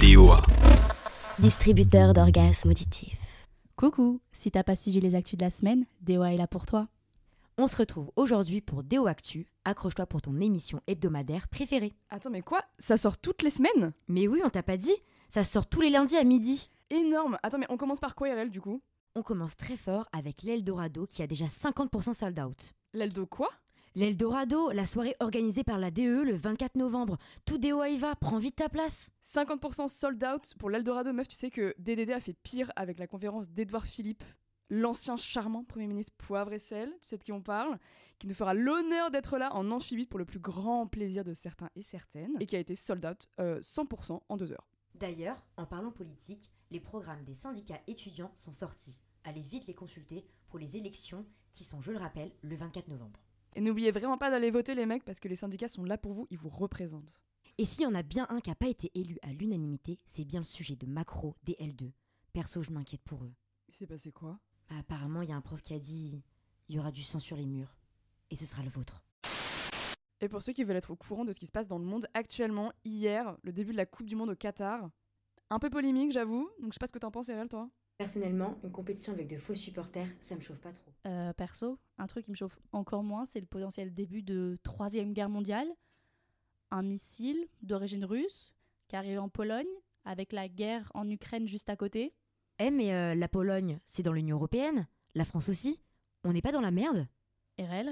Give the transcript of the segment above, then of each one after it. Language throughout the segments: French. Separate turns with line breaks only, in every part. DOA.
Distributeur d'orgasmes auditifs.
Coucou, si t'as pas suivi les actus de la semaine, DOA est là pour toi.
On se retrouve aujourd'hui pour Déo Actu. Accroche-toi pour ton émission hebdomadaire préférée.
Attends, mais quoi Ça sort toutes les semaines
Mais oui, on t'a pas dit Ça sort tous les lundis à midi.
Énorme Attends, mais on commence par quoi, RL, du coup
On commence très fort avec l'Eldorado qui a déjà 50% sold out.
L'Aldo quoi
L'Eldorado, la soirée organisée par la DE le 24 novembre. Tout Déo y va, prends vite ta place.
50% sold out pour l'Eldorado. Meuf, tu sais que DDD a fait pire avec la conférence d'Edouard Philippe, l'ancien charmant Premier ministre poivre et sel, tu sais de qui on parle, qui nous fera l'honneur d'être là en amphibique pour le plus grand plaisir de certains et certaines, et qui a été sold out euh, 100% en deux heures.
D'ailleurs, en parlant politique, les programmes des syndicats étudiants sont sortis. Allez vite les consulter pour les élections qui sont, je le rappelle, le 24 novembre.
Et n'oubliez vraiment pas d'aller voter, les mecs, parce que les syndicats sont là pour vous, ils vous représentent.
Et s'il y en a bien un qui n'a pas été élu à l'unanimité, c'est bien le sujet de Macro des L2. Perso, je m'inquiète pour eux.
Il s'est passé quoi
Bah, apparemment, il y a un prof qui a dit il y aura du sang sur les murs. Et ce sera le vôtre.
Et pour ceux qui veulent être au courant de ce qui se passe dans le monde actuellement, hier, le début de la Coupe du Monde au Qatar, un peu polémique, j'avoue, donc je sais pas ce que t'en penses, Ariel, toi
Personnellement, une compétition avec de faux supporters, ça me chauffe pas trop.
Euh, perso, un truc qui me chauffe encore moins, c'est le potentiel début de Troisième Guerre mondiale. Un missile d'origine russe qui arrive en Pologne, avec la guerre en Ukraine juste à côté.
Eh, mais euh, la Pologne, c'est dans l'Union Européenne La France aussi On n'est pas dans la merde
RL,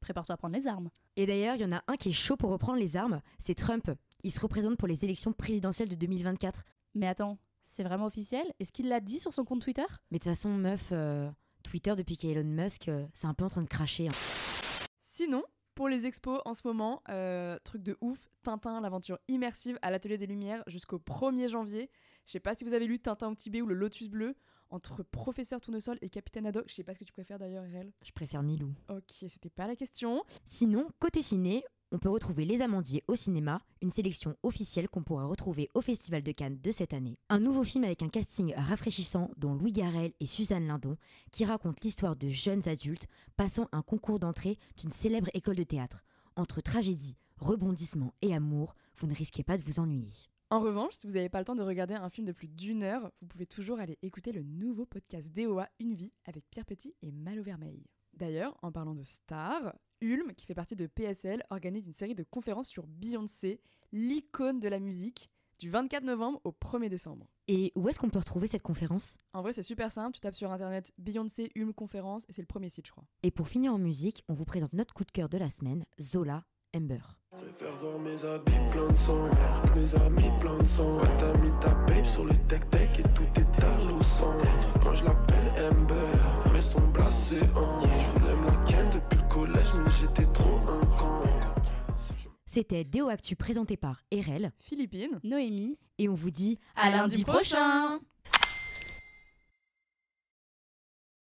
prépare-toi à prendre les armes.
Et d'ailleurs, il y en a un qui est chaud pour reprendre les armes, c'est Trump. Il se représente pour les élections présidentielles de 2024.
Mais attends, c'est vraiment officiel Est-ce qu'il l'a dit sur son compte Twitter
Mais de toute façon, meuf, euh, Twitter depuis qu'il y a Elon Musk, euh, c'est un peu en train de cracher. hein.
Sinon, pour les expos en ce moment, euh, truc de ouf, Tintin, l'aventure immersive à l'Atelier des Lumières jusqu'au 1er janvier. Je sais pas si vous avez lu Tintin au Tibet ou le Lotus Bleu, entre Professeur Tournesol et Capitaine Haddock. Je sais pas ce que tu préfères d'ailleurs, RL.
Je préfère Milou.
Ok, c'était pas la question.
Sinon, côté ciné, on peut retrouver Les Amandiers au cinéma, une sélection officielle qu'on pourra retrouver au Festival de Cannes de cette année. Un nouveau film avec un casting rafraîchissant dont Louis Garrel et Suzanne Lindon qui raconte l'histoire de jeunes adultes passant un concours d'entrée d'une célèbre école de théâtre. Entre tragédie, rebondissement et amour, vous ne risquez pas de vous ennuyer.
En revanche, si vous n'avez pas le temps de regarder un film de plus d'une heure, vous pouvez toujours aller écouter le nouveau podcast DOA Une vie avec Pierre Petit et Malo Vermeil. D'ailleurs, en parlant de stars, Ulm, qui fait partie de PSL, organise une série de conférences sur Beyoncé, l'icône de la musique, du 24 novembre au 1er décembre.
Et où est-ce qu'on peut retrouver cette conférence
En vrai, c'est super simple, tu tapes sur internet Beyoncé Ulm conférence et c'est le premier site, je crois.
Et pour finir en musique, on vous présente notre coup de cœur de la semaine, Zola Ember.
Je vais faire voir mes habits plein de sang, mes amis plein de sang. Ouais, T'as mis ta babe sur le tech-tech et tout est à au centre. Moi je l'appelle Amber, mais son blas c'est un. Je voulais me la ken depuis le collège, mais j'étais trop un con.
C'était Déo Actu présenté par Erel
Philippines.
Noémie,
et on vous dit
À lundi prochain